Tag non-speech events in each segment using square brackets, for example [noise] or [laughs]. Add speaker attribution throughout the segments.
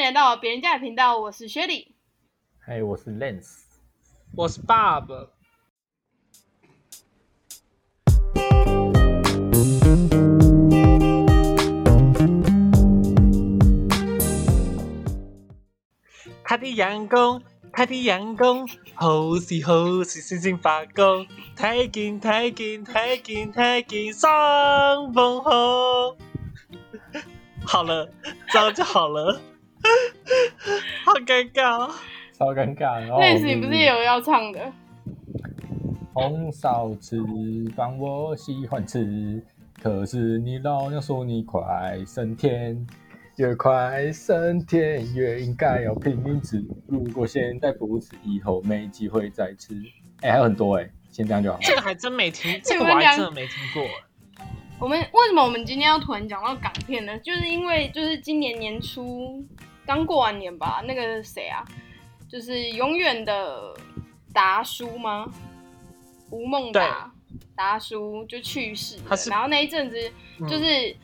Speaker 1: 来到别人家的频道，我是雪莉。
Speaker 2: 嗨，哎我是 Lens。
Speaker 3: 我是 Bob。太平洋公，太平洋公，好事好事星星发光，睇见睇见睇见睇见双枫红。 [laughs] 好了，这样就好了，好尴尬哦。
Speaker 2: 超尴尬。哦然后
Speaker 1: 那
Speaker 2: 我
Speaker 1: 次你不是也有要唱
Speaker 3: 嗯
Speaker 1: 的？
Speaker 2: 红烧翅膀我喜欢吃，可是你老娘说你快升天，越快升天越应该要拼命吃。如果现在不吃，以后没机会再吃。哎、还有很多哎、先这样就好。
Speaker 3: 这个还真没听，
Speaker 1: 这
Speaker 3: 这
Speaker 1: 个
Speaker 3: 个
Speaker 1: 我
Speaker 3: 我
Speaker 1: 还
Speaker 3: 还
Speaker 1: 真
Speaker 3: 真
Speaker 1: 的
Speaker 3: 的没听过。嗯
Speaker 1: 我们为什么我们今天要突然讲到港片呢？就是因为就是今年年初刚过完年吧，那个谁啊，就是永远的达叔吗？吴孟达达叔就去世了
Speaker 3: 他，是嗯
Speaker 1: 然后那一阵子就是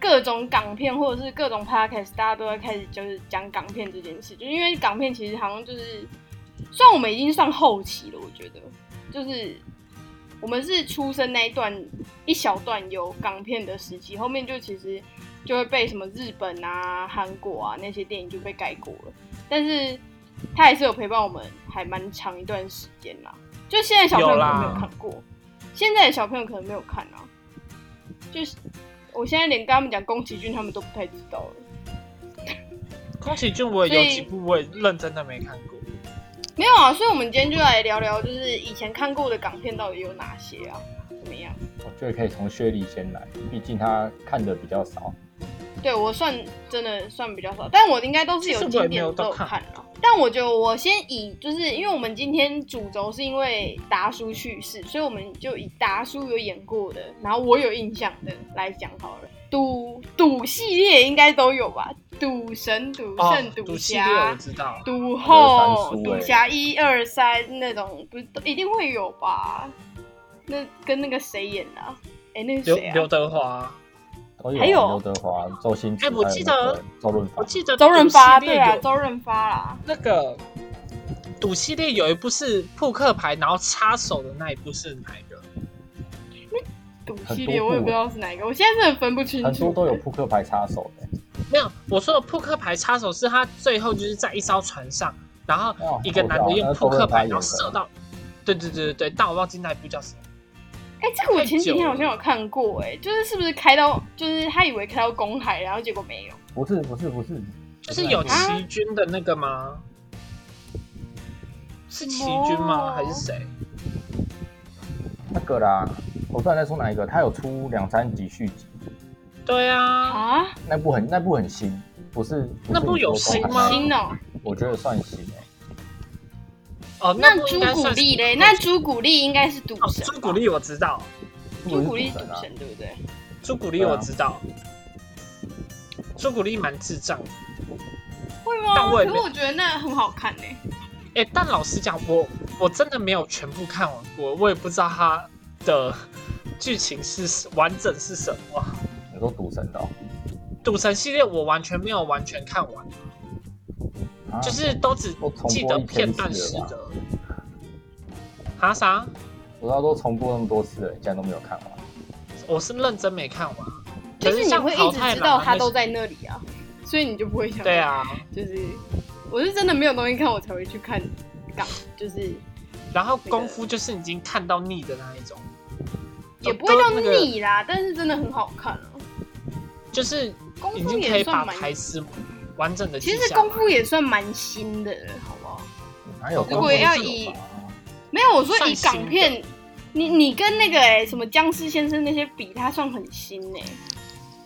Speaker 1: 各种港片或者是各种 podcast，大家都在开始就是讲港片这件事，就因为港片其实好像就是，虽然我们已经算后期了，我觉得就是我们是出生那一段一小段有港片的时期，后面就其实就会被什么日本啊、韩国啊那些电影就被盖过了，但是它还是有陪伴我们还蛮长一段时间啦。就现在小朋友
Speaker 3: 有
Speaker 1: 可
Speaker 3: 啦
Speaker 1: 能没有看过，现在的小朋友可能没有看啊，就是。我现在连跟他们讲宫崎骏，他们都不太知道了。
Speaker 3: 宫崎骏我
Speaker 1: 所
Speaker 3: 也
Speaker 1: 以
Speaker 3: 有几部我也认真的没看过。
Speaker 1: 没有啊，所以我们今天就来聊聊，就是以前看过的港片到底有哪些啊？怎么样？
Speaker 2: 我觉得可以从薛礼先来，毕竟他看的比较少。
Speaker 1: 对我算真的算比较少，但我应该都是有
Speaker 3: 其实我
Speaker 1: 经
Speaker 3: 也没
Speaker 1: 典
Speaker 3: 有
Speaker 1: 的都有
Speaker 3: 都看啊
Speaker 1: 看了。但我觉得我先以，就是因为我们今天主轴是因为达叔去世，所以我们就以达叔有演过的，然后我有印象的来讲好了。赌赌系列应该都有吧？赌神、赌
Speaker 3: 哦
Speaker 1: 圣、，
Speaker 3: 赌系
Speaker 1: 侠、
Speaker 3: 列我知道，
Speaker 1: 赌
Speaker 2: 后
Speaker 1: 后、
Speaker 2: 赌
Speaker 1: 赌
Speaker 3: 欸
Speaker 2: 侠
Speaker 1: 侠一二三那种，不是都一定会有吧？那跟那个谁演的、啊？哎、那是
Speaker 3: 刘
Speaker 1: 谁
Speaker 3: 刘
Speaker 1: 啊？
Speaker 3: 德华。
Speaker 2: 都有
Speaker 1: 还有
Speaker 2: 刘德华、周星驰，
Speaker 3: 哎我
Speaker 2: 还有
Speaker 3: 记
Speaker 2: 那个
Speaker 3: 得
Speaker 2: 周润发
Speaker 3: 我。记得
Speaker 1: 周润发
Speaker 3: 赌系
Speaker 1: 对
Speaker 3: 列
Speaker 1: 啊，
Speaker 3: 有
Speaker 1: 周润发啦。
Speaker 3: 那个赌系列有一部是扑克牌，然后插手的那一部是哪一个？
Speaker 1: 赌
Speaker 2: 很
Speaker 1: 系
Speaker 2: 多
Speaker 1: 列我也
Speaker 2: 部
Speaker 1: 不知
Speaker 3: 欸
Speaker 1: 道是哪一个，我现在真的分不清
Speaker 2: 很
Speaker 1: 楚欸
Speaker 2: 多。都有扑克牌插手的、
Speaker 3: 没有，我说的扑克牌插手是他最后就是在一艘船上，然后
Speaker 2: 哦
Speaker 3: 一个男的用扑克牌然后射
Speaker 2: 我知道
Speaker 3: 到，对对对对对，但我忘记那一部叫什么。
Speaker 1: 哎、这个我
Speaker 3: 太
Speaker 1: 前几
Speaker 3: 久
Speaker 1: 天好
Speaker 3: 了
Speaker 1: 像有看过、哎，就是是不是开到，就是他以为开到公海，然后结果没有。
Speaker 2: 不是不是不是，
Speaker 3: 就是有
Speaker 1: 啊
Speaker 3: 齐军的那个吗？是齐军吗？
Speaker 1: 哦
Speaker 3: 还是谁？
Speaker 2: 那个啦，我不知道在说哪一个，他有出两三集续集，
Speaker 3: 对啊，
Speaker 1: 啊，
Speaker 2: 那部很那部很新，不是不是
Speaker 3: 那部
Speaker 2: 你说
Speaker 3: 有
Speaker 2: 的
Speaker 3: 新
Speaker 2: 那
Speaker 3: 吗
Speaker 2: 个
Speaker 1: 新哦、
Speaker 2: 我觉得算新欸诶、
Speaker 3: 哦，
Speaker 1: 那
Speaker 3: 部
Speaker 1: 朱
Speaker 3: 应该
Speaker 1: 古
Speaker 3: 算是
Speaker 1: 力嘞？那朱古力应该是赌
Speaker 3: 哦
Speaker 1: 神吧、
Speaker 3: 朱古力我知道，
Speaker 1: 朱古力是赌
Speaker 2: 不是赌神啊
Speaker 1: 神对不对？
Speaker 3: 朱古力我知道，
Speaker 2: 嗯
Speaker 3: 朱古力蛮智障的。
Speaker 1: 会吗？
Speaker 3: 但我也
Speaker 1: 可是
Speaker 3: 没
Speaker 1: 我觉得那很好看哎、
Speaker 3: 哎、但老实讲，我我真的没有全部看完过，我也不知道它的剧情是完整是什么。
Speaker 2: 你说赌神的、哦
Speaker 3: 赌神系列我完全没有完全看完，
Speaker 2: 啊
Speaker 3: 就是都只
Speaker 2: 我重播
Speaker 3: 记得
Speaker 2: 一千
Speaker 3: 片段
Speaker 2: 次
Speaker 3: 式
Speaker 2: 了吧
Speaker 3: 的。哈啥？
Speaker 2: 我知道都重播那么多次了，竟然都没有看完。
Speaker 3: 我是认真没看完，
Speaker 1: 就
Speaker 3: 可
Speaker 1: 是你
Speaker 3: 像
Speaker 1: 会一
Speaker 3: 淘
Speaker 1: 直
Speaker 3: 汰
Speaker 1: 知道
Speaker 3: 狼
Speaker 1: 他
Speaker 3: 那
Speaker 1: 都
Speaker 3: 些
Speaker 1: 在那里啊，所以你就不会想。
Speaker 3: 对，啊，
Speaker 1: 就是我是真的没有东西看，我才会去看港，就是
Speaker 3: 然后功夫就是已经看到腻的那一种，
Speaker 1: 也不会到
Speaker 3: 都那个
Speaker 1: 腻啦，但是真的很好看啊。
Speaker 3: 就是
Speaker 1: 功
Speaker 3: 已
Speaker 1: 夫
Speaker 3: 经可
Speaker 1: 也
Speaker 3: 以把
Speaker 1: 算蛮，
Speaker 3: 台词完整的
Speaker 1: 其
Speaker 3: 记
Speaker 1: 实
Speaker 3: 下来
Speaker 1: 功。
Speaker 2: [laughs]
Speaker 1: 夫也算蛮新的了，好不好？
Speaker 2: 哪有？
Speaker 3: 如
Speaker 1: 果要以没有，我说以
Speaker 3: 算
Speaker 1: 港片，你你跟那个哎、什么僵尸先生那些比，他算很新哎、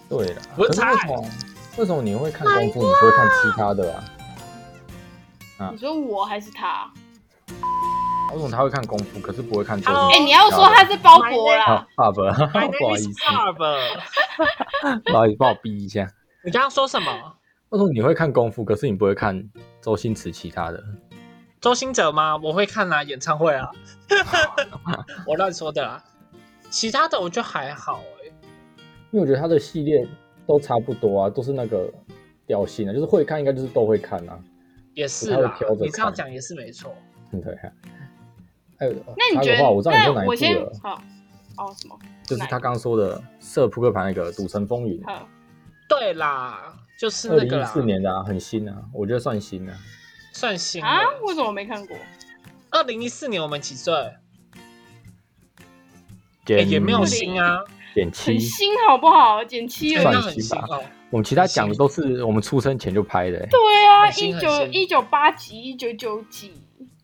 Speaker 2: 对啦，
Speaker 3: 我
Speaker 2: 可是
Speaker 3: 才
Speaker 2: 为什么为什么你会看功夫，你不会看其他的啊？啊
Speaker 1: 你说我还是他？
Speaker 2: 为什么他会看功夫，可是不会看周
Speaker 3: Hello
Speaker 1: 哎、
Speaker 2: 星
Speaker 1: 你要说他是包伯啦
Speaker 2: 啊，，爸爸， [laughs]
Speaker 3: My
Speaker 2: 不
Speaker 3: name
Speaker 2: 好
Speaker 3: is
Speaker 2: 意思，
Speaker 3: Barb
Speaker 2: 不好意思，帮我逼一下。
Speaker 3: [laughs] 你刚刚说什么？
Speaker 2: 为什么你会看功夫，可是你不会看周星驰其他的？
Speaker 3: 周星哲吗？我会看啊，演唱
Speaker 2: [laughs]
Speaker 3: 会啊，我乱说的啦。其他的我就还好哎、
Speaker 2: 因为我觉得他的系列都差不多啊，都是那个调性啊，就是会看应该就是都会看啊，
Speaker 3: 也是
Speaker 2: 他会
Speaker 3: 啦
Speaker 2: 挑着，
Speaker 3: 你这样
Speaker 2: 看
Speaker 3: 讲也是没错。
Speaker 2: 对啊。哎，
Speaker 1: 那你觉
Speaker 2: 插个话
Speaker 1: 得？
Speaker 2: 我知道你
Speaker 1: 那
Speaker 2: 说哪
Speaker 1: 我
Speaker 2: 一
Speaker 1: 先
Speaker 2: 部了，
Speaker 1: 好哦什么？
Speaker 2: 就是他刚刚说的《射扑克牌》那个《赌城风云》，
Speaker 1: 好，
Speaker 3: 对啦，就是
Speaker 2: 二
Speaker 3: 那
Speaker 2: 零
Speaker 3: 个
Speaker 2: 一
Speaker 3: 啦
Speaker 2: 四，年的啊，很新啊，我觉得算新啊。
Speaker 3: 算新的。
Speaker 1: 啊？为什么我没看过？
Speaker 3: 二零一四年我们几岁？哎
Speaker 2: 减
Speaker 3: 也没有新啊，
Speaker 2: 减七
Speaker 1: 很，新好不好？减七
Speaker 3: 对，
Speaker 1: 了
Speaker 2: 算。
Speaker 3: 那很
Speaker 2: 新
Speaker 3: 新
Speaker 2: 吧
Speaker 3: 哦。
Speaker 2: 我们其他讲的都是我们出生前就拍的、欸，
Speaker 1: 对啊，
Speaker 3: 很
Speaker 1: 一
Speaker 3: 新
Speaker 1: 九
Speaker 3: 很新
Speaker 1: 一九八几、一九九几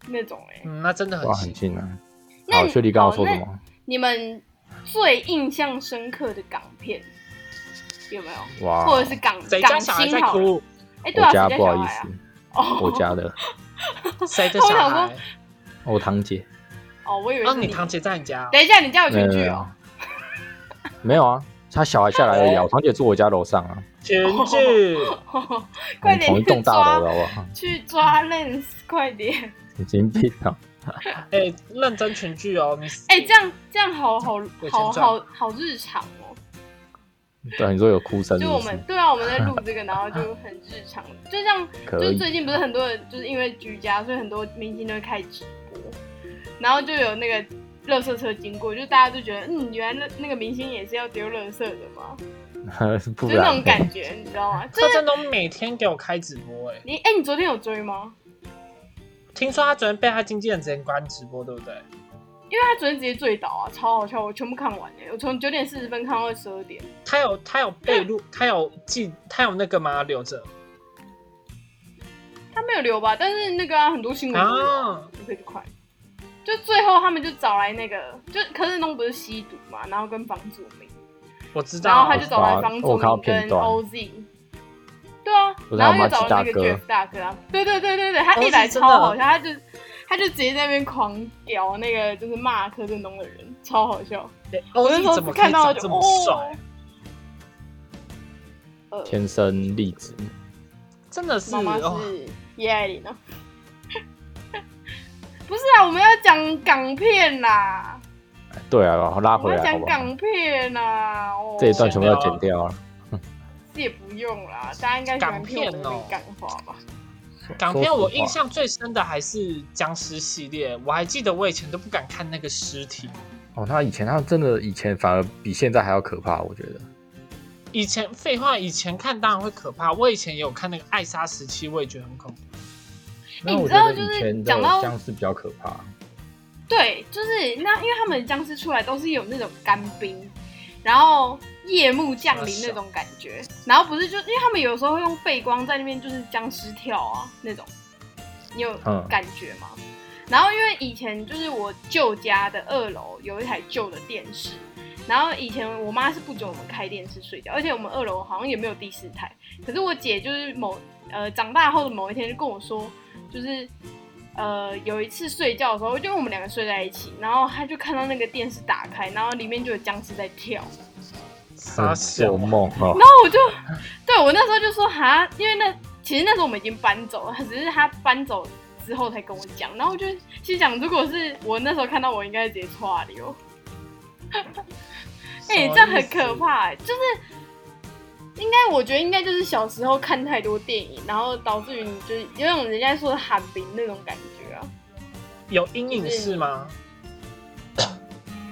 Speaker 1: 那种哎、
Speaker 3: 嗯，那真的很
Speaker 2: 哇，很
Speaker 3: 新。
Speaker 2: 近啊。
Speaker 1: 那
Speaker 2: 好，
Speaker 1: 你
Speaker 2: 薛迪刚刚说
Speaker 1: 好
Speaker 2: 什
Speaker 1: 那
Speaker 2: 么？
Speaker 1: 你们最印象深刻的港片有没有？
Speaker 2: 哇，
Speaker 1: 或者是港
Speaker 3: 谁
Speaker 1: 港
Speaker 3: 家小孩
Speaker 1: 星
Speaker 3: 在
Speaker 1: 好了？
Speaker 3: 哭？
Speaker 1: 哎、对啊，
Speaker 2: 我
Speaker 1: 谁
Speaker 2: 家
Speaker 1: 家
Speaker 2: 不好
Speaker 1: 小
Speaker 2: 意
Speaker 1: 孩啊？
Speaker 2: 思，
Speaker 1: 哦，
Speaker 2: 我家的，
Speaker 3: 谁的
Speaker 1: [laughs] 我
Speaker 3: 小
Speaker 1: 想
Speaker 3: 孩？
Speaker 2: 我堂姐。
Speaker 1: [laughs] 哦，我以为
Speaker 3: 哦，
Speaker 1: 是
Speaker 3: 你堂姐在你家？
Speaker 1: 等一下，你家有全剧哦？
Speaker 2: 有，没有啊，他小孩下来而已啊。
Speaker 3: 哦
Speaker 2: 我堂姐住我家楼上啊，
Speaker 3: 全剧。
Speaker 2: 我
Speaker 1: [laughs] 快
Speaker 2: 们
Speaker 1: 点
Speaker 2: 同一栋大楼的好不好？ [laughs]
Speaker 1: 去抓 Lens，快点！
Speaker 2: 神经病啊！
Speaker 3: 哎，认真全剧哦。你
Speaker 1: 哎、这样这样好好
Speaker 3: 有
Speaker 1: 好
Speaker 3: 钱赚
Speaker 1: 好好日常哦。
Speaker 2: 对，你说有哭声是
Speaker 1: 就
Speaker 2: 不
Speaker 1: 我
Speaker 2: 是 [laughs]
Speaker 1: 们对啊，我们在录这个，然后就很日常，就像
Speaker 2: 可
Speaker 1: 就
Speaker 2: 以
Speaker 1: 最近不是很多人就是因为居家，所以很多明星都会开直播，然后就有那个垃圾车经过，就大家就觉得嗯，原来那那个明星也是要丢垃圾的嘛，
Speaker 2: 不
Speaker 1: 就是那
Speaker 2: 然
Speaker 1: 种感觉，你知道吗？就
Speaker 3: 柯
Speaker 1: 是
Speaker 3: 震东每天给我开直播，哎，
Speaker 1: 你哎、你昨天有追吗？
Speaker 3: 听说他昨天被他经纪人直接关直播，对不对？
Speaker 1: 因为他昨天直接醉倒啊，超好笑，我全部看完哎、我从九点四十分看到十二点，
Speaker 3: 他有他有被录，他有记，他有那个吗？留着
Speaker 1: 他没有留吧，但是那个、啊、很多新闻都有啊
Speaker 3: 啊？
Speaker 1: 你可以去看。就最后他们就找来那个，就柯震东不是吸毒嘛，然后跟房祖名。
Speaker 3: 我知道。
Speaker 1: 然后他就找来方仲
Speaker 2: 我看到
Speaker 1: 明
Speaker 2: 片
Speaker 1: 跟
Speaker 2: 段
Speaker 1: OZ，对啊，
Speaker 2: 我知道
Speaker 1: 然后又找了那
Speaker 2: 马吉
Speaker 1: 个
Speaker 2: 大哥
Speaker 1: Jeff 大哥啊，对对对对对，他
Speaker 3: OZ
Speaker 1: 一来
Speaker 3: 哦真
Speaker 1: 超
Speaker 3: 的
Speaker 1: 好笑，他就他就直接在那边狂屌那个就是骂柯震东的人，超好笑。
Speaker 3: 对
Speaker 1: 我那时
Speaker 3: 欧弟
Speaker 1: 候
Speaker 3: 哦怎么可
Speaker 1: 看
Speaker 3: 以
Speaker 1: 到我
Speaker 3: 长
Speaker 1: 就
Speaker 3: 这么
Speaker 1: 哦
Speaker 3: 帅？，
Speaker 1: 呃，
Speaker 2: 天生丽质，
Speaker 3: 真的是
Speaker 1: 妈妈
Speaker 3: 哦，
Speaker 1: 是叶爱玲啊，不是啊，我们要讲港片啦，
Speaker 2: 对啊，然后
Speaker 1: 我
Speaker 2: 拉回
Speaker 1: 们要
Speaker 2: 来好
Speaker 1: 讲
Speaker 2: 不好？
Speaker 1: 港片啦，哦，
Speaker 2: 这一段全部要剪掉啊！
Speaker 1: 也不用啦，大家应该喜欢听我们那
Speaker 3: 哦
Speaker 1: 边港话吧。
Speaker 3: 港片我
Speaker 2: 说实话
Speaker 3: 印象最深的还是僵尸系列，我还记得我以前都不敢看那个尸体。
Speaker 2: 哦，他以前他真的以前反而比现在还要可怕，我觉得。
Speaker 3: 以前废话，以前看当然会可怕。我以前也有看那个《艾莎时期》，我也觉得很恐怖。
Speaker 1: 哎
Speaker 2: 那我
Speaker 1: 你知
Speaker 2: 觉
Speaker 1: 道
Speaker 2: 得
Speaker 1: 就
Speaker 2: 以
Speaker 1: 是
Speaker 2: 前的
Speaker 1: 讲到
Speaker 2: 僵尸比较可怕，
Speaker 1: 对，就是那，因为他们僵尸出来都是有那种干冰，然后夜幕降临那种感觉，然后不是就因为他们有时候会用背光在那边就是僵尸跳啊那种，你有
Speaker 2: 嗯
Speaker 1: 感觉吗？然后因为以前就是我舅家的二楼有一台旧的电视，然后以前我妈是不准我们开电视睡觉，而且我们二楼好像也没有第四台。可是我姐就是某呃长大后的某一天就跟我说，就是呃有一次睡觉的时候，就我们两个睡在一起，然后她就看到那个电视打开，然后里面就有僵尸在跳，
Speaker 3: 傻小
Speaker 2: 做，梦哦。
Speaker 1: 然后我就对我那时候就说哈，因为那其实那时候我们已经搬走了，只是她搬走之后才跟我讲，然后我就心想，如果是我那时候看到，我应该直接唰流。哎、这样很可。怕、欸，就是应该我觉得应该就是小时候看太多电影，然后导致于你就是有种人家说的喊冰那种感觉啊，
Speaker 3: 有阴影是吗？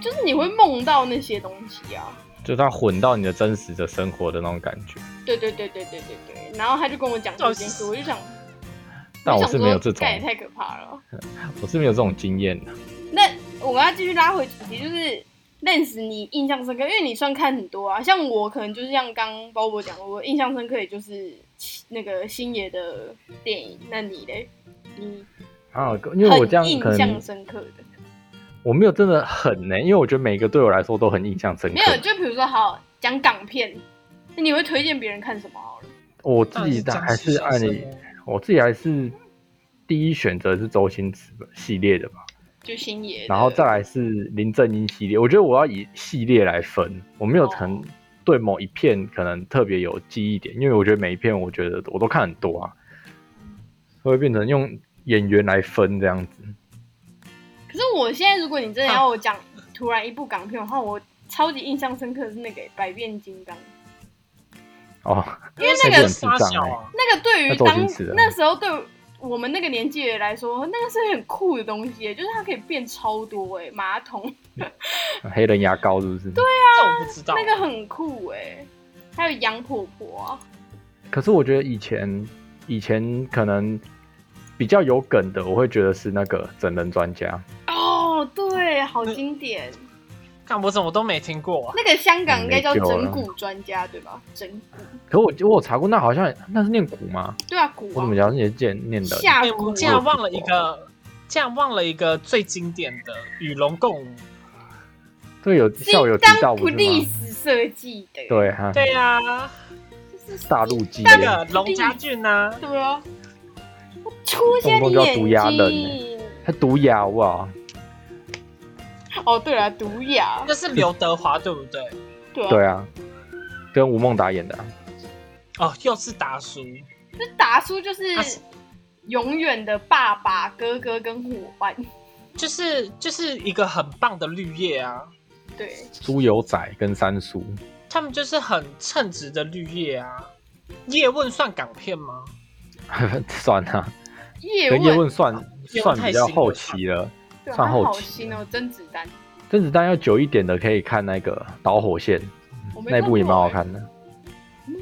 Speaker 1: 就是你会梦到那些东西啊。
Speaker 2: 就它混到你的真实的生活的那种感觉。
Speaker 1: 对对对对对对对，然后他就跟我讲这件事，我就想，
Speaker 2: 但我
Speaker 1: 想
Speaker 2: 是
Speaker 1: 说
Speaker 2: 没有这种
Speaker 1: 干，也太可怕了。哦
Speaker 2: 我是没有这种经验的。
Speaker 1: 那我们要继续拉回主题，就是认识你印象深刻，因为你算看很多啊，像我可能就是像刚包伯讲的，我印象深刻也就是那个星爷的电影，那你嘞？你
Speaker 2: 啊，因为我这样
Speaker 1: 很
Speaker 2: 可
Speaker 1: 印象
Speaker 2: 能
Speaker 1: 深刻的，
Speaker 2: 我没有真的很呢、因为我觉得每个对我来说都很印象深刻
Speaker 1: 没。有，就比如说好讲港片，那你会推荐别人看什么好了？
Speaker 2: 我
Speaker 3: 到
Speaker 2: 自
Speaker 3: 底
Speaker 2: 己的
Speaker 3: 僵
Speaker 2: 还
Speaker 3: 尸
Speaker 2: 是
Speaker 3: 小
Speaker 2: 按
Speaker 3: 生
Speaker 2: 你，
Speaker 3: 吗
Speaker 2: 我自己还是第一选择是周星驰的系列的吧，
Speaker 1: 就星爷的，
Speaker 2: 然后再来是林正英系列。我觉得我要以系列来分，我没有
Speaker 1: 哦
Speaker 2: 可能对某一片可能特别有记忆点，因为我觉得每一片我觉得我都看很多啊，会变成用演员来分这样子。
Speaker 1: 可是我现在如果你真的要我讲突然一部港片的话，我超级印象深刻的是那个《百变金刚》，
Speaker 2: 哦，
Speaker 1: 因为
Speaker 2: [laughs]
Speaker 1: 那个
Speaker 2: 很智障
Speaker 3: 沙小
Speaker 2: 欸
Speaker 3: 啊，
Speaker 1: 那个对于
Speaker 2: 那周
Speaker 1: 当
Speaker 2: 星驰的
Speaker 1: 那时候对我们那个年纪的人来说，那个是很酷的东西耶，就是它可以变超多哎，马桶
Speaker 2: 哦欸黑人牙膏是不是？对啊。
Speaker 3: 这我不知道。
Speaker 1: 那个很酷哎，还有羊婆婆啊，
Speaker 2: 可是我觉得以前以前可能比较有梗的，我会觉得是那个整人专家，
Speaker 1: 哦对，好经典。
Speaker 3: 看我怎么都没听过啊。
Speaker 1: 那个香港应该叫
Speaker 2: 没救了
Speaker 1: 整蛊专家对吧？整蛊
Speaker 2: 可我我有查过，那好像那是念古吗？
Speaker 1: 对啊，蛊
Speaker 2: 我怎么
Speaker 1: 啊，
Speaker 2: 讲也是念念的？
Speaker 1: 下
Speaker 3: 哎、我
Speaker 1: 蛊
Speaker 3: 们
Speaker 1: 啊
Speaker 3: 竟然忘了一个，竟然忘了一个最经典的《与龙共舞》。
Speaker 2: 对，有
Speaker 1: 是
Speaker 2: 校友提到
Speaker 1: 当
Speaker 2: 不是
Speaker 1: 历
Speaker 2: 吗？
Speaker 1: 史设计的，，
Speaker 2: 对哈，
Speaker 3: 对呀、
Speaker 1: 就是
Speaker 2: 大陆基
Speaker 3: 那
Speaker 2: 因
Speaker 3: 个龙家俊呢、
Speaker 1: 对啊，出现
Speaker 2: 动不动就要毒
Speaker 1: 眼
Speaker 2: 鸦人
Speaker 1: 睛。
Speaker 2: 他毒牙好不好？
Speaker 1: 哦，对了，毒哑，
Speaker 3: 那是刘德华对不对？
Speaker 1: 对啊，
Speaker 2: 对啊，跟吴孟达演的啊、
Speaker 3: 哦，又是达叔。
Speaker 1: 就达叔就是
Speaker 3: 他是
Speaker 1: 永远的爸爸、哥哥跟伙伴，
Speaker 3: 就是就是一个很棒的绿叶啊，
Speaker 1: 对，
Speaker 2: 猪油仔跟三叔， [laughs]
Speaker 3: 他们就是很称职的绿叶啊。叶问算港片吗？
Speaker 2: 算了、啊，
Speaker 1: 叶
Speaker 2: 跟
Speaker 1: 问，
Speaker 2: 叶问算
Speaker 3: 叶
Speaker 2: 算
Speaker 3: 问
Speaker 2: 比
Speaker 3: 太
Speaker 2: 较
Speaker 3: 新
Speaker 2: 后
Speaker 3: 了
Speaker 2: 期了。
Speaker 1: 对啊，
Speaker 2: 算
Speaker 1: 他
Speaker 2: 后嗯
Speaker 1: 好
Speaker 2: 期
Speaker 1: 新哦，甄子丹，
Speaker 2: 甄子丹要久一点的，可以看那个《导火线》，
Speaker 1: 我欸没
Speaker 2: 那部也蛮好
Speaker 1: 看哎
Speaker 2: 看的。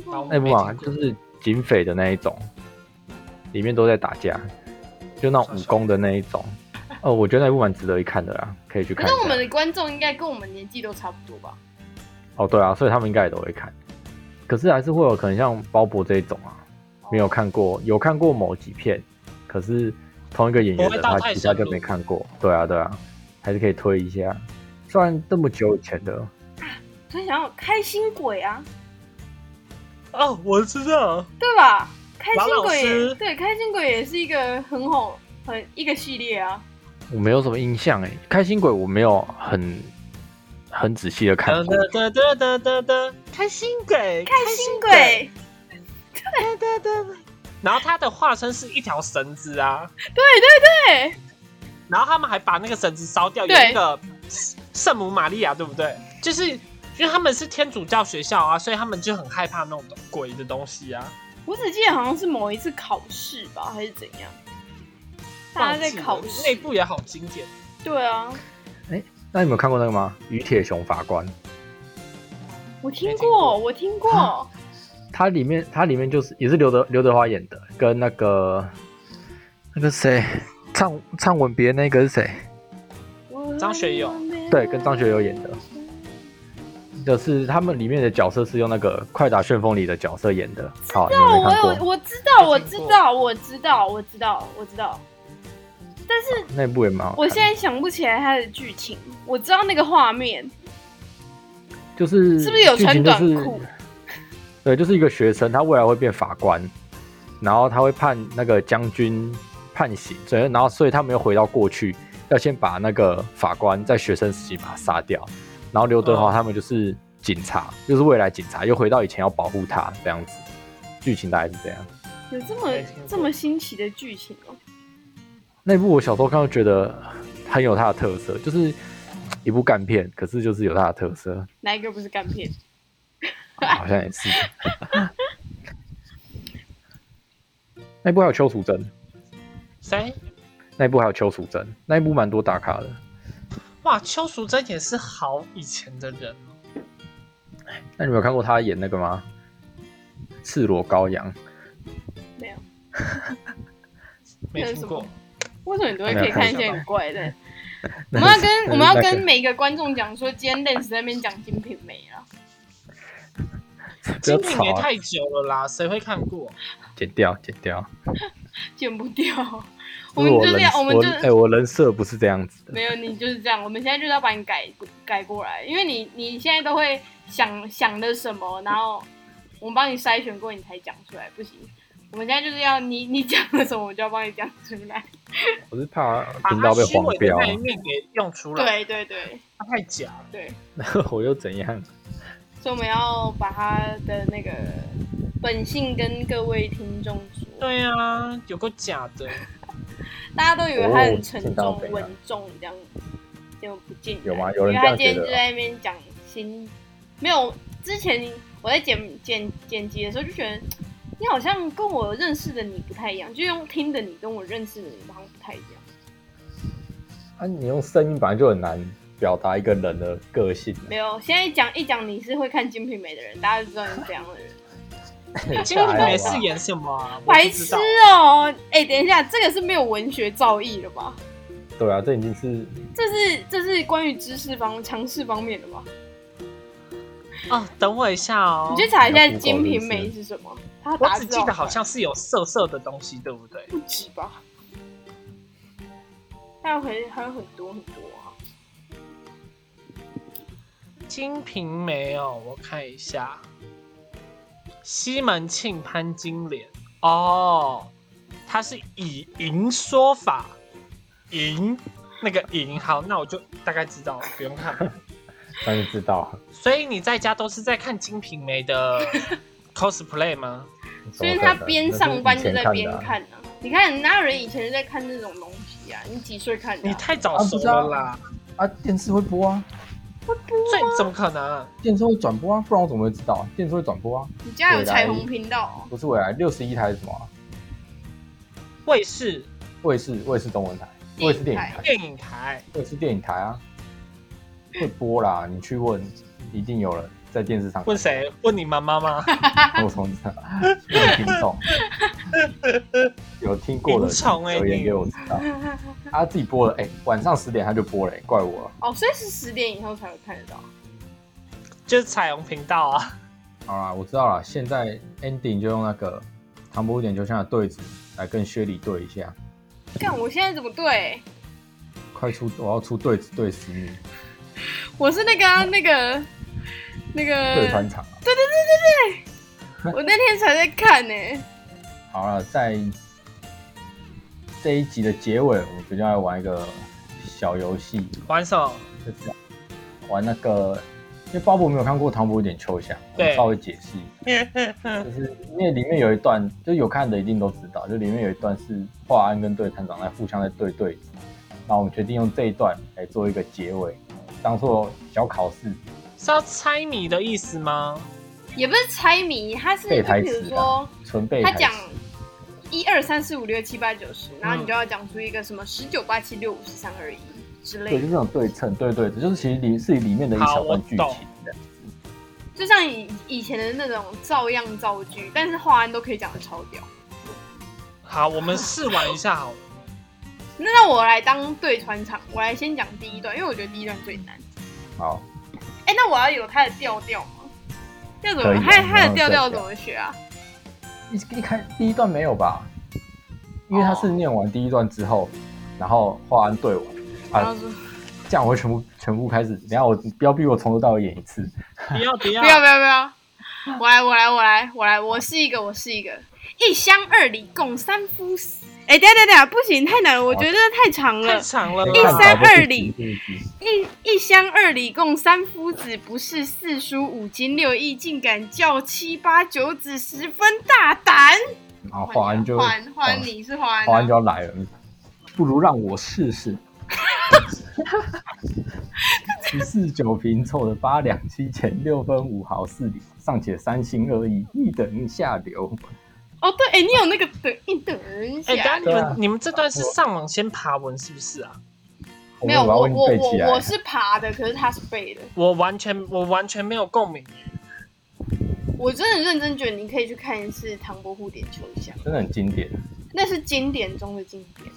Speaker 1: 过欸，
Speaker 3: 我
Speaker 2: 那部啊，
Speaker 3: 哦没听
Speaker 2: 就
Speaker 3: 过
Speaker 2: 是警匪的那一种，里面都在打架，就那种武功的那一种。哦，我觉得那部蛮值得一看的啦，可以去看
Speaker 1: 可
Speaker 2: 一
Speaker 1: 是我
Speaker 2: 下
Speaker 1: 们。的观众应该跟我们年纪都差不多吧？
Speaker 2: 哦，对啊，所以他们应该也都会看。可是还是会有可能像鲍勃这一种啊，没有看过，有看过某几片，可是同一个演员
Speaker 3: 不
Speaker 2: 的
Speaker 3: 会到
Speaker 2: 他
Speaker 3: 太
Speaker 2: 其他
Speaker 3: 深
Speaker 2: 就
Speaker 3: 入
Speaker 2: 没看过。对啊，对啊，还是可以推一下。虽然这么久以前的，
Speaker 1: 所以想要开心鬼啊，
Speaker 3: 哦，我知
Speaker 2: [laughs]
Speaker 3: 道，
Speaker 1: 对吧？开心
Speaker 3: 王老
Speaker 1: 鬼也
Speaker 3: 师
Speaker 1: 对，开心鬼也是一个很好很一个系列啊，
Speaker 2: 我没有什么印象哎。开心鬼我没有很很仔细的看
Speaker 3: 哒
Speaker 2: 过。
Speaker 3: 哒哒哒哒哒，开心鬼，
Speaker 1: 开心，鬼，
Speaker 3: 哒哒哒哒。然后他的化身是一条绳子啊，
Speaker 1: 对
Speaker 3: 然后他们还把那个绳子烧掉，有
Speaker 1: 对
Speaker 3: 那个圣母玛利亚，对不对？就是因为他们是天主教学校啊，所以他们就很害怕那种鬼的东西啊。
Speaker 1: 我只记得好像是某一次考试吧，还是怎样，大家在
Speaker 3: 忘记了
Speaker 1: 考试
Speaker 3: 那，部也好经典，
Speaker 1: 对啊，
Speaker 2: 那你们有看过那个吗？《与铁熊法官》，
Speaker 1: 我听
Speaker 3: 没听
Speaker 1: 过，
Speaker 3: 过
Speaker 1: 我听过，
Speaker 2: 啊它里面它里面就是也是刘德刘德华演的，跟那个那个谁唱唱吻别那个是谁？
Speaker 3: 张学友
Speaker 2: 对跟张学友演的就是他们里面的角色是用那个《快打旋风》里的角色演的。好，你
Speaker 1: 哦，
Speaker 2: 们没看
Speaker 1: 我有，
Speaker 2: 过？
Speaker 1: 我知道，我
Speaker 3: 没
Speaker 1: 知
Speaker 3: 听过
Speaker 1: 道，我知道，我知道，我知道。但是
Speaker 2: 那部也蛮好看的。
Speaker 1: 我现在想不起来它的剧情，我知道那个画面
Speaker 2: 就是
Speaker 1: 是不是有
Speaker 2: 嗯剧
Speaker 1: 穿
Speaker 2: 情就
Speaker 1: 短
Speaker 2: 是
Speaker 1: 裤？
Speaker 2: 对，就是一个学生，他未来会变法官，然后他会判那个将军判刑，所以然后所以他们又回到过去，要先把那个法官在学生时期把他杀掉，然后刘德华
Speaker 3: 嗯
Speaker 2: 他们就是警察，就是未来警察，又回到以前要保护他这样子，剧情大概是这样。
Speaker 1: 有这么
Speaker 3: 没听过
Speaker 1: 这么新奇的剧情哦、
Speaker 2: 那部我小时候看，觉得很有它的特色，就是一部干片，可是就是有它的特色，
Speaker 1: 哪一个不是干片？
Speaker 2: 好像也是。那部还有邱淑贞。
Speaker 3: 谁？
Speaker 2: 那一部还有邱淑贞，那一部蛮多打卡的。
Speaker 3: 哇，邱淑贞也是好以前的人哦，
Speaker 2: 那你们有看过她演那个吗？赤裸羔羊，
Speaker 1: 没有，
Speaker 3: 没听过。
Speaker 1: 为什么你都会
Speaker 2: 没有
Speaker 1: 可以看
Speaker 2: 看
Speaker 1: 一些很怪的？我
Speaker 2: 那
Speaker 1: 们要
Speaker 2: 是 [laughs]
Speaker 1: 跟
Speaker 2: 那
Speaker 1: 我们要
Speaker 2: 是那
Speaker 1: 跟
Speaker 2: 个
Speaker 1: 每个观众讲说，今天 Lens 在那边讲《金瓶梅》了。
Speaker 2: 不要
Speaker 3: 金瓶
Speaker 2: 吵
Speaker 3: 也
Speaker 2: 啊，
Speaker 3: 太久了啦，谁会看过？
Speaker 2: 剪掉剪掉。
Speaker 1: 剪不掉。我
Speaker 2: 这
Speaker 1: 们
Speaker 2: [laughs] 是我
Speaker 1: 就是
Speaker 2: 人
Speaker 1: 要，我们
Speaker 2: 我
Speaker 1: 就
Speaker 2: 哎、我人设不是这样子的。
Speaker 1: 没有你就是这样。我们现在就是要把你改改过来，因为你你现在都会想想的什么，然后我们帮你筛选过，你才讲出来，不行。我们现在就是要你你讲了什么，我就要帮你讲出来。
Speaker 2: 我是怕
Speaker 3: 把
Speaker 2: 频道
Speaker 3: 他
Speaker 2: 被
Speaker 3: 虚
Speaker 2: 黄
Speaker 3: 伪的
Speaker 2: 标啊
Speaker 3: 那一，
Speaker 2: [laughs]
Speaker 3: 面给用出来，
Speaker 1: 对对对
Speaker 3: 他太假了。
Speaker 1: 对，
Speaker 2: 我又怎样？
Speaker 1: 所以我们要把他的那个本性跟各位听众说，
Speaker 3: 对啊，有个假
Speaker 2: [laughs]
Speaker 3: 的，
Speaker 1: 大家都以为他很
Speaker 2: 哦
Speaker 1: 沉
Speaker 2: 听到
Speaker 1: 重
Speaker 2: 没、啊
Speaker 1: 稳重这样，就不进来。
Speaker 2: 有吗有人
Speaker 1: 因为他
Speaker 2: 这
Speaker 1: 今天
Speaker 2: 样觉得
Speaker 1: 就
Speaker 2: 啊
Speaker 1: 在那边讲新，没有之前我在剪剪剪辑的时候就觉得，嗯你好像跟我认识的你不太一样，就用听的你跟我认识的你好像不太一样。
Speaker 2: [laughs] 啊，你用声音本来就很难表达一个人的个性啊。
Speaker 1: 没有，现在讲一讲你是会看《金瓶梅》的人，大家就知道
Speaker 2: [laughs]
Speaker 1: 你是怎样的人。
Speaker 3: 金瓶梅是演什么啊？我
Speaker 1: 白
Speaker 3: 不知
Speaker 1: 痴
Speaker 3: 道。
Speaker 1: 哦、哎、等一下，这个是没有文学造诣了吧？
Speaker 2: 对啊，这已经是
Speaker 1: 这是这是关于知识方尝试方面的吧？
Speaker 3: 哦，等我一下哦
Speaker 1: 你。去查一下
Speaker 2: 要
Speaker 1: 《
Speaker 2: Google
Speaker 1: 金瓶
Speaker 2: 是
Speaker 1: 梅
Speaker 2: 不》
Speaker 1: 是什么？它
Speaker 3: 我
Speaker 1: 打
Speaker 3: 只
Speaker 1: 字哦
Speaker 3: 记得好
Speaker 1: 快
Speaker 3: 像是有色色的东西，对不对？
Speaker 1: 不止吧？还有很还有很多很多啊！
Speaker 3: 金瓶梅哦，我看一下，西门庆潘金莲哦，他是以银说法，银那个银，好，那我就大概知道了，不用看了。
Speaker 2: 但是知道
Speaker 1: [laughs]
Speaker 2: 啊，
Speaker 3: 所以你在家都是在看金瓶梅的 cosplay 吗？
Speaker 1: 所以他边上班就在边看呢、啊。你看，哪有人以前在看那种东西啊？你几岁看的、
Speaker 3: 你
Speaker 1: 啊？
Speaker 3: 太早熟了啦，
Speaker 2: 啊，电视会播啊，
Speaker 3: 所以怎么可能？
Speaker 2: 电视会转播啊，不然我怎么会知道？电视会转播啊，
Speaker 1: 你家有彩虹频道、哦？
Speaker 2: 不是未来六十一台是什么啊、
Speaker 3: 卫视
Speaker 2: 卫视卫视中文台，卫视电影台，
Speaker 3: 电影台
Speaker 2: 卫视电影台啊，会播啦，你去问，一定有人在电视上。
Speaker 3: 问？谁？问你妈妈吗？ [laughs]
Speaker 2: 我从这 [laughs] 问听众，有听过的
Speaker 3: 民众欸
Speaker 2: 留言
Speaker 3: 你
Speaker 2: 给我知道。他自己播了，哎、晚上十点他就播了、哎怪我了。
Speaker 1: 哦，所以是十点以后才会看得到。
Speaker 3: 就是彩虹频道啊。
Speaker 2: 好啦，我知道了，现在 ending 就用那个唐伯虎点秋香的对子来跟薛礼对一下，
Speaker 1: 看我现在怎么对？
Speaker 2: 快出，我要出对子对死你，
Speaker 1: 我是那个啊、那个那
Speaker 2: 对
Speaker 1: 个
Speaker 2: 穿，场啊。
Speaker 1: 我那天才在看呢、
Speaker 2: 好了，在这一集的结尾，我决定要来玩一个小游戏，
Speaker 3: 玩什么？
Speaker 2: 就是玩那个，因为鲍勃没有看过《唐伯虎点秋香》，我
Speaker 3: 对
Speaker 2: 稍微解释一下。就是因为里面有一段，就有看的一定都知道，就里面有一段是华安跟队探长在互相在对对子，那我们决定用这一段来做一个结尾，当做小考试。
Speaker 3: 是要猜谜的意思吗？
Speaker 1: 也不是猜谜，它是就
Speaker 2: 背台
Speaker 1: 比如
Speaker 2: 词
Speaker 1: 说
Speaker 2: 啊。，纯背
Speaker 1: 他
Speaker 2: 台词
Speaker 1: 讲一二三四五六七八九十，然后你就要讲出一个什么十九八七六五十三二一之类
Speaker 2: 对，就
Speaker 1: 的，
Speaker 2: 这种对称，对对，就是其实里是里面的一小段剧
Speaker 3: 好我懂
Speaker 2: 情这样
Speaker 1: 就像以以前的那种照样造句，但是华安都可以讲的超屌。
Speaker 3: 好，我们试玩一下好了。
Speaker 1: 那让我来当对穿场，我来先讲第一段，因为我觉得第一段最难。
Speaker 2: 好，
Speaker 1: 哎、那我要有他的调调吗？要怎
Speaker 2: 可以
Speaker 1: 么？
Speaker 2: 啊
Speaker 1: 他
Speaker 2: 你
Speaker 1: 他
Speaker 2: 要
Speaker 1: 的调
Speaker 2: 有
Speaker 1: 调
Speaker 2: 调
Speaker 1: 怎么学啊？
Speaker 2: 一一开第一段没有吧？因为他是
Speaker 1: 哦
Speaker 2: 念完第一段之后，然后华安对我，
Speaker 1: 然
Speaker 2: 啊
Speaker 1: 后，说
Speaker 2: 这样我会全部全部开始，等一下我不要逼我从头到尾演一次。
Speaker 3: 不要不要
Speaker 1: 不要不要不要，我来我来我来我来，我是一个我是一个，一乡二里共三夫死。哎、等一下等一下，不行，太难了，我觉得太长了
Speaker 3: 太。长了啦。
Speaker 1: 哦一三二里
Speaker 2: 第一集
Speaker 1: 一一乡二里共三夫子，不是四书五经六艺，竟敢叫七八九子，十分大胆。
Speaker 2: 然后华安就哦
Speaker 1: 还还你是啊还
Speaker 2: 华安就要来了，不如让我试试。十四九平凑的八两七钱六分五毫四厘，尚且三心二意，一等下流。
Speaker 1: 哦，对，哎、你有那个等一等一下，
Speaker 3: 哎，等下你
Speaker 2: 对
Speaker 3: 们
Speaker 2: 啊
Speaker 3: 你们这段是上网先爬文是不是啊？
Speaker 1: 没有
Speaker 2: 我把
Speaker 1: 我
Speaker 2: 问
Speaker 1: 我
Speaker 2: 背起
Speaker 1: 我
Speaker 2: 来
Speaker 1: 我。是爬的，可是他是背的。
Speaker 3: 我完全我完全没有共鸣。
Speaker 1: 我真的认真觉得你可以去看一次《唐伯虎点秋香》，
Speaker 2: 真的很经典，
Speaker 1: 那是经典中的经典，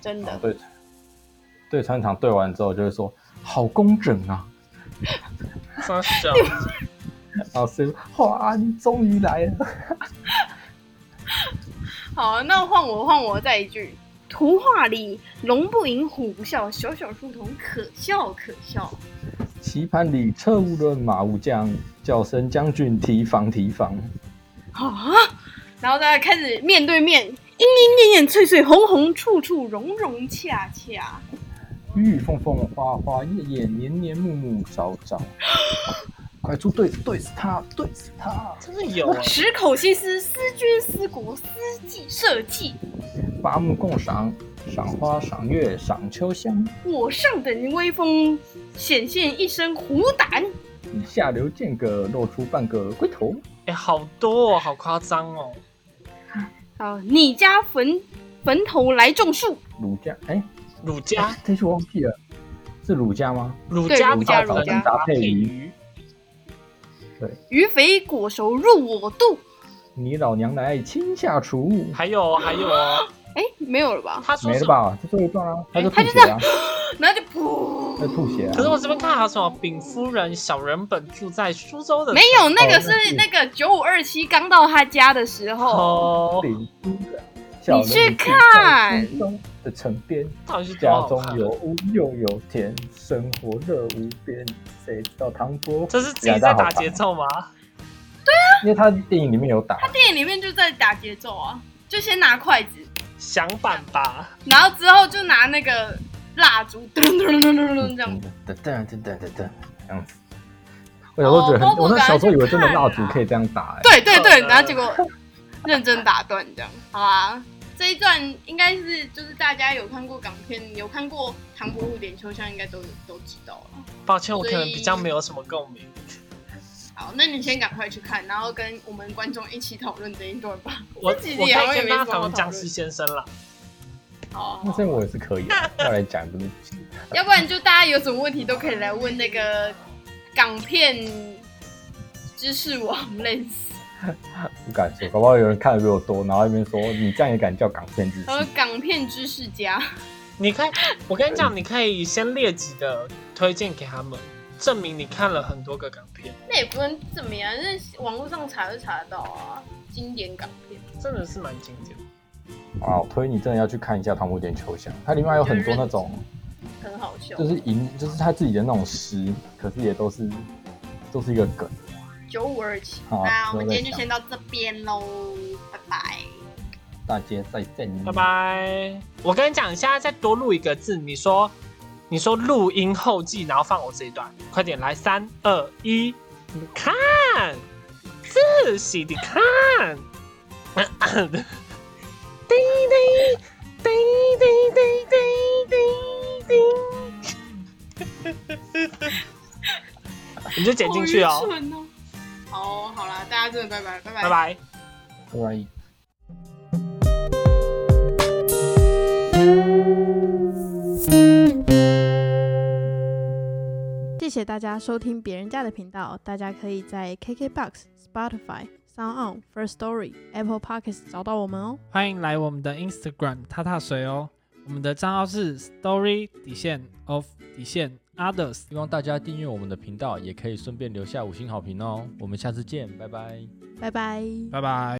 Speaker 1: 真的。
Speaker 2: 对对，穿场对完之后就会说好工整啊，
Speaker 3: 真是啊
Speaker 2: 然后师傅华安终于来了，
Speaker 1: 好，那换我换我再一句。图画里龙不吟虎不啸，小小书童可笑可笑。
Speaker 2: 棋盘里车无论马无将，叫声将军提防提防。
Speaker 1: 啊！然后大家开始面对面，莺莺燕燕，翠翠红红，处处融融洽洽。
Speaker 2: 雨雨凤凤，花花叶叶，年年暮暮朝朝。快出对子，对死他，对死他！
Speaker 3: 真的有啊。
Speaker 1: 十口西施，思君思国，思计社稷。
Speaker 2: 八目共赏，赏花，赏月，赏秋香。
Speaker 1: 我上等威风，显现一身虎胆。
Speaker 2: 与下流间隔露出半个龟头。
Speaker 3: 哎，好多哦，好夸张哦。
Speaker 1: 好，啊你家坟坟头来种树，
Speaker 2: 儒家，哎、
Speaker 3: 乳家，
Speaker 2: 这句忘记了，是儒家吗？
Speaker 3: 乳
Speaker 1: 对
Speaker 3: 家
Speaker 1: 乳
Speaker 3: 加
Speaker 1: 家乳家
Speaker 2: 搭配鱼
Speaker 3: 鱼，
Speaker 1: 鱼肥果熟入我肚。
Speaker 2: 你老娘来亲下厨，
Speaker 3: 还有还有哦，
Speaker 1: 哎，没有了吧？
Speaker 3: 他说
Speaker 2: 没
Speaker 3: 什
Speaker 2: 了
Speaker 3: 么？
Speaker 2: 吧？这最后一段啊，他
Speaker 3: 哎
Speaker 2: 就吐
Speaker 1: 他就
Speaker 2: 血啊，
Speaker 1: 然后就噗
Speaker 2: 他，就吐血啊
Speaker 3: 可是。我这边看还有什么禀夫人小人本住在苏州的
Speaker 1: 没有，那个
Speaker 2: 哦那
Speaker 1: 是
Speaker 2: 是
Speaker 1: 那个九五二七刚到他家的时候，
Speaker 3: 哦，
Speaker 2: 领夫人小人
Speaker 1: 你去
Speaker 2: 与自
Speaker 1: 看
Speaker 2: 在苏州的城边，
Speaker 3: 到底是多
Speaker 2: 家
Speaker 3: 好
Speaker 2: 中
Speaker 3: 看啊
Speaker 2: 有屋又有田，生活乐无边。谁知道唐伯虎？
Speaker 3: 这是自己在打节奏吗？
Speaker 2: 因为他电影里面有打，
Speaker 1: 电影里面就在打节奏啊，就先拿筷子，
Speaker 3: 响板吧，
Speaker 1: 然后之后就拿那个蜡烛，噔噔噔噔噔这样
Speaker 2: 噔。噔噔噔噔噔噔这样子。我小时候
Speaker 1: 哦
Speaker 2: 觉得很，我那小时候以为真的蜡烛可以这样打、哎，
Speaker 1: 对对对，
Speaker 3: 呃
Speaker 1: 然后结果认真打断这样，好啊。这一段应该是就是大家有看过港片，有看过《唐伯虎点秋香》，应该都都知道了。
Speaker 3: 抱歉，我可能
Speaker 1: 所以
Speaker 3: 比较没有什么共鸣。
Speaker 1: 好，那你先赶快去看，然后跟我们观众一起讨论这一段吧。
Speaker 3: 我我
Speaker 1: 这
Speaker 3: 可
Speaker 1: 几
Speaker 3: 以
Speaker 1: 集好像也
Speaker 3: 跟
Speaker 1: 没什么好
Speaker 3: 大家
Speaker 1: 讨
Speaker 3: 讨
Speaker 1: 论
Speaker 3: 论僵尸先生了。
Speaker 1: 哦，
Speaker 2: 那这样我也是可以的，要来讲对不起。
Speaker 1: 要不然就大家有什么问题都可以来问那个港片知识王 Lens，
Speaker 2: 不敢说，搞不好有人看的比我多，然后那边说哦你这样也敢叫港片之
Speaker 1: 还有
Speaker 2: 星？
Speaker 1: 港片知识家。
Speaker 3: 你看，我跟你讲，你可以先列几个推荐给他们，证明你看了很多个港片，
Speaker 1: 那也不能怎么样，因为网络上查就查得到啊，经典港片。
Speaker 3: 真的是蛮经典的。
Speaker 2: 啊，我推你真的要去看一下《唐伯虎点秋香》，它里面还有很多那种
Speaker 1: 很好笑，
Speaker 2: 就是吟，就是他自己的那种诗，可是也都是都是一个梗。
Speaker 1: 九五二七。
Speaker 2: 好啊
Speaker 1: 那我们
Speaker 2: 之后再
Speaker 1: 今天就先到这边喽，拜拜。
Speaker 2: 大街再见，
Speaker 3: 拜拜。我跟你讲，你现在再多录一个字，你说，你说录音后记，然后放我这一段，快点来，三二一，你看，仔细的看， [laughs] 叮叮叮叮叮叮叮叮， [laughs] 你就剪进去
Speaker 1: 好
Speaker 3: 哦
Speaker 1: 愚，蠢哦。好，好啦，大家真的拜拜，拜拜
Speaker 3: 拜。拜。
Speaker 2: 拜拜。
Speaker 4: 谢谢大家收听别人家的频道，大家可以在 KKBox、Spotify、Sound On、First Story、Apple Podcasts 找到我们哦。
Speaker 5: 欢迎来我们的 Instagram 踏踏水哦。我们的账号是 Story 底线 of 底线 Others。
Speaker 6: 希望大家订阅我们的频道，也可以顺便留下五星好评哦。我们下次见，拜拜。
Speaker 4: 拜拜。
Speaker 5: 拜拜。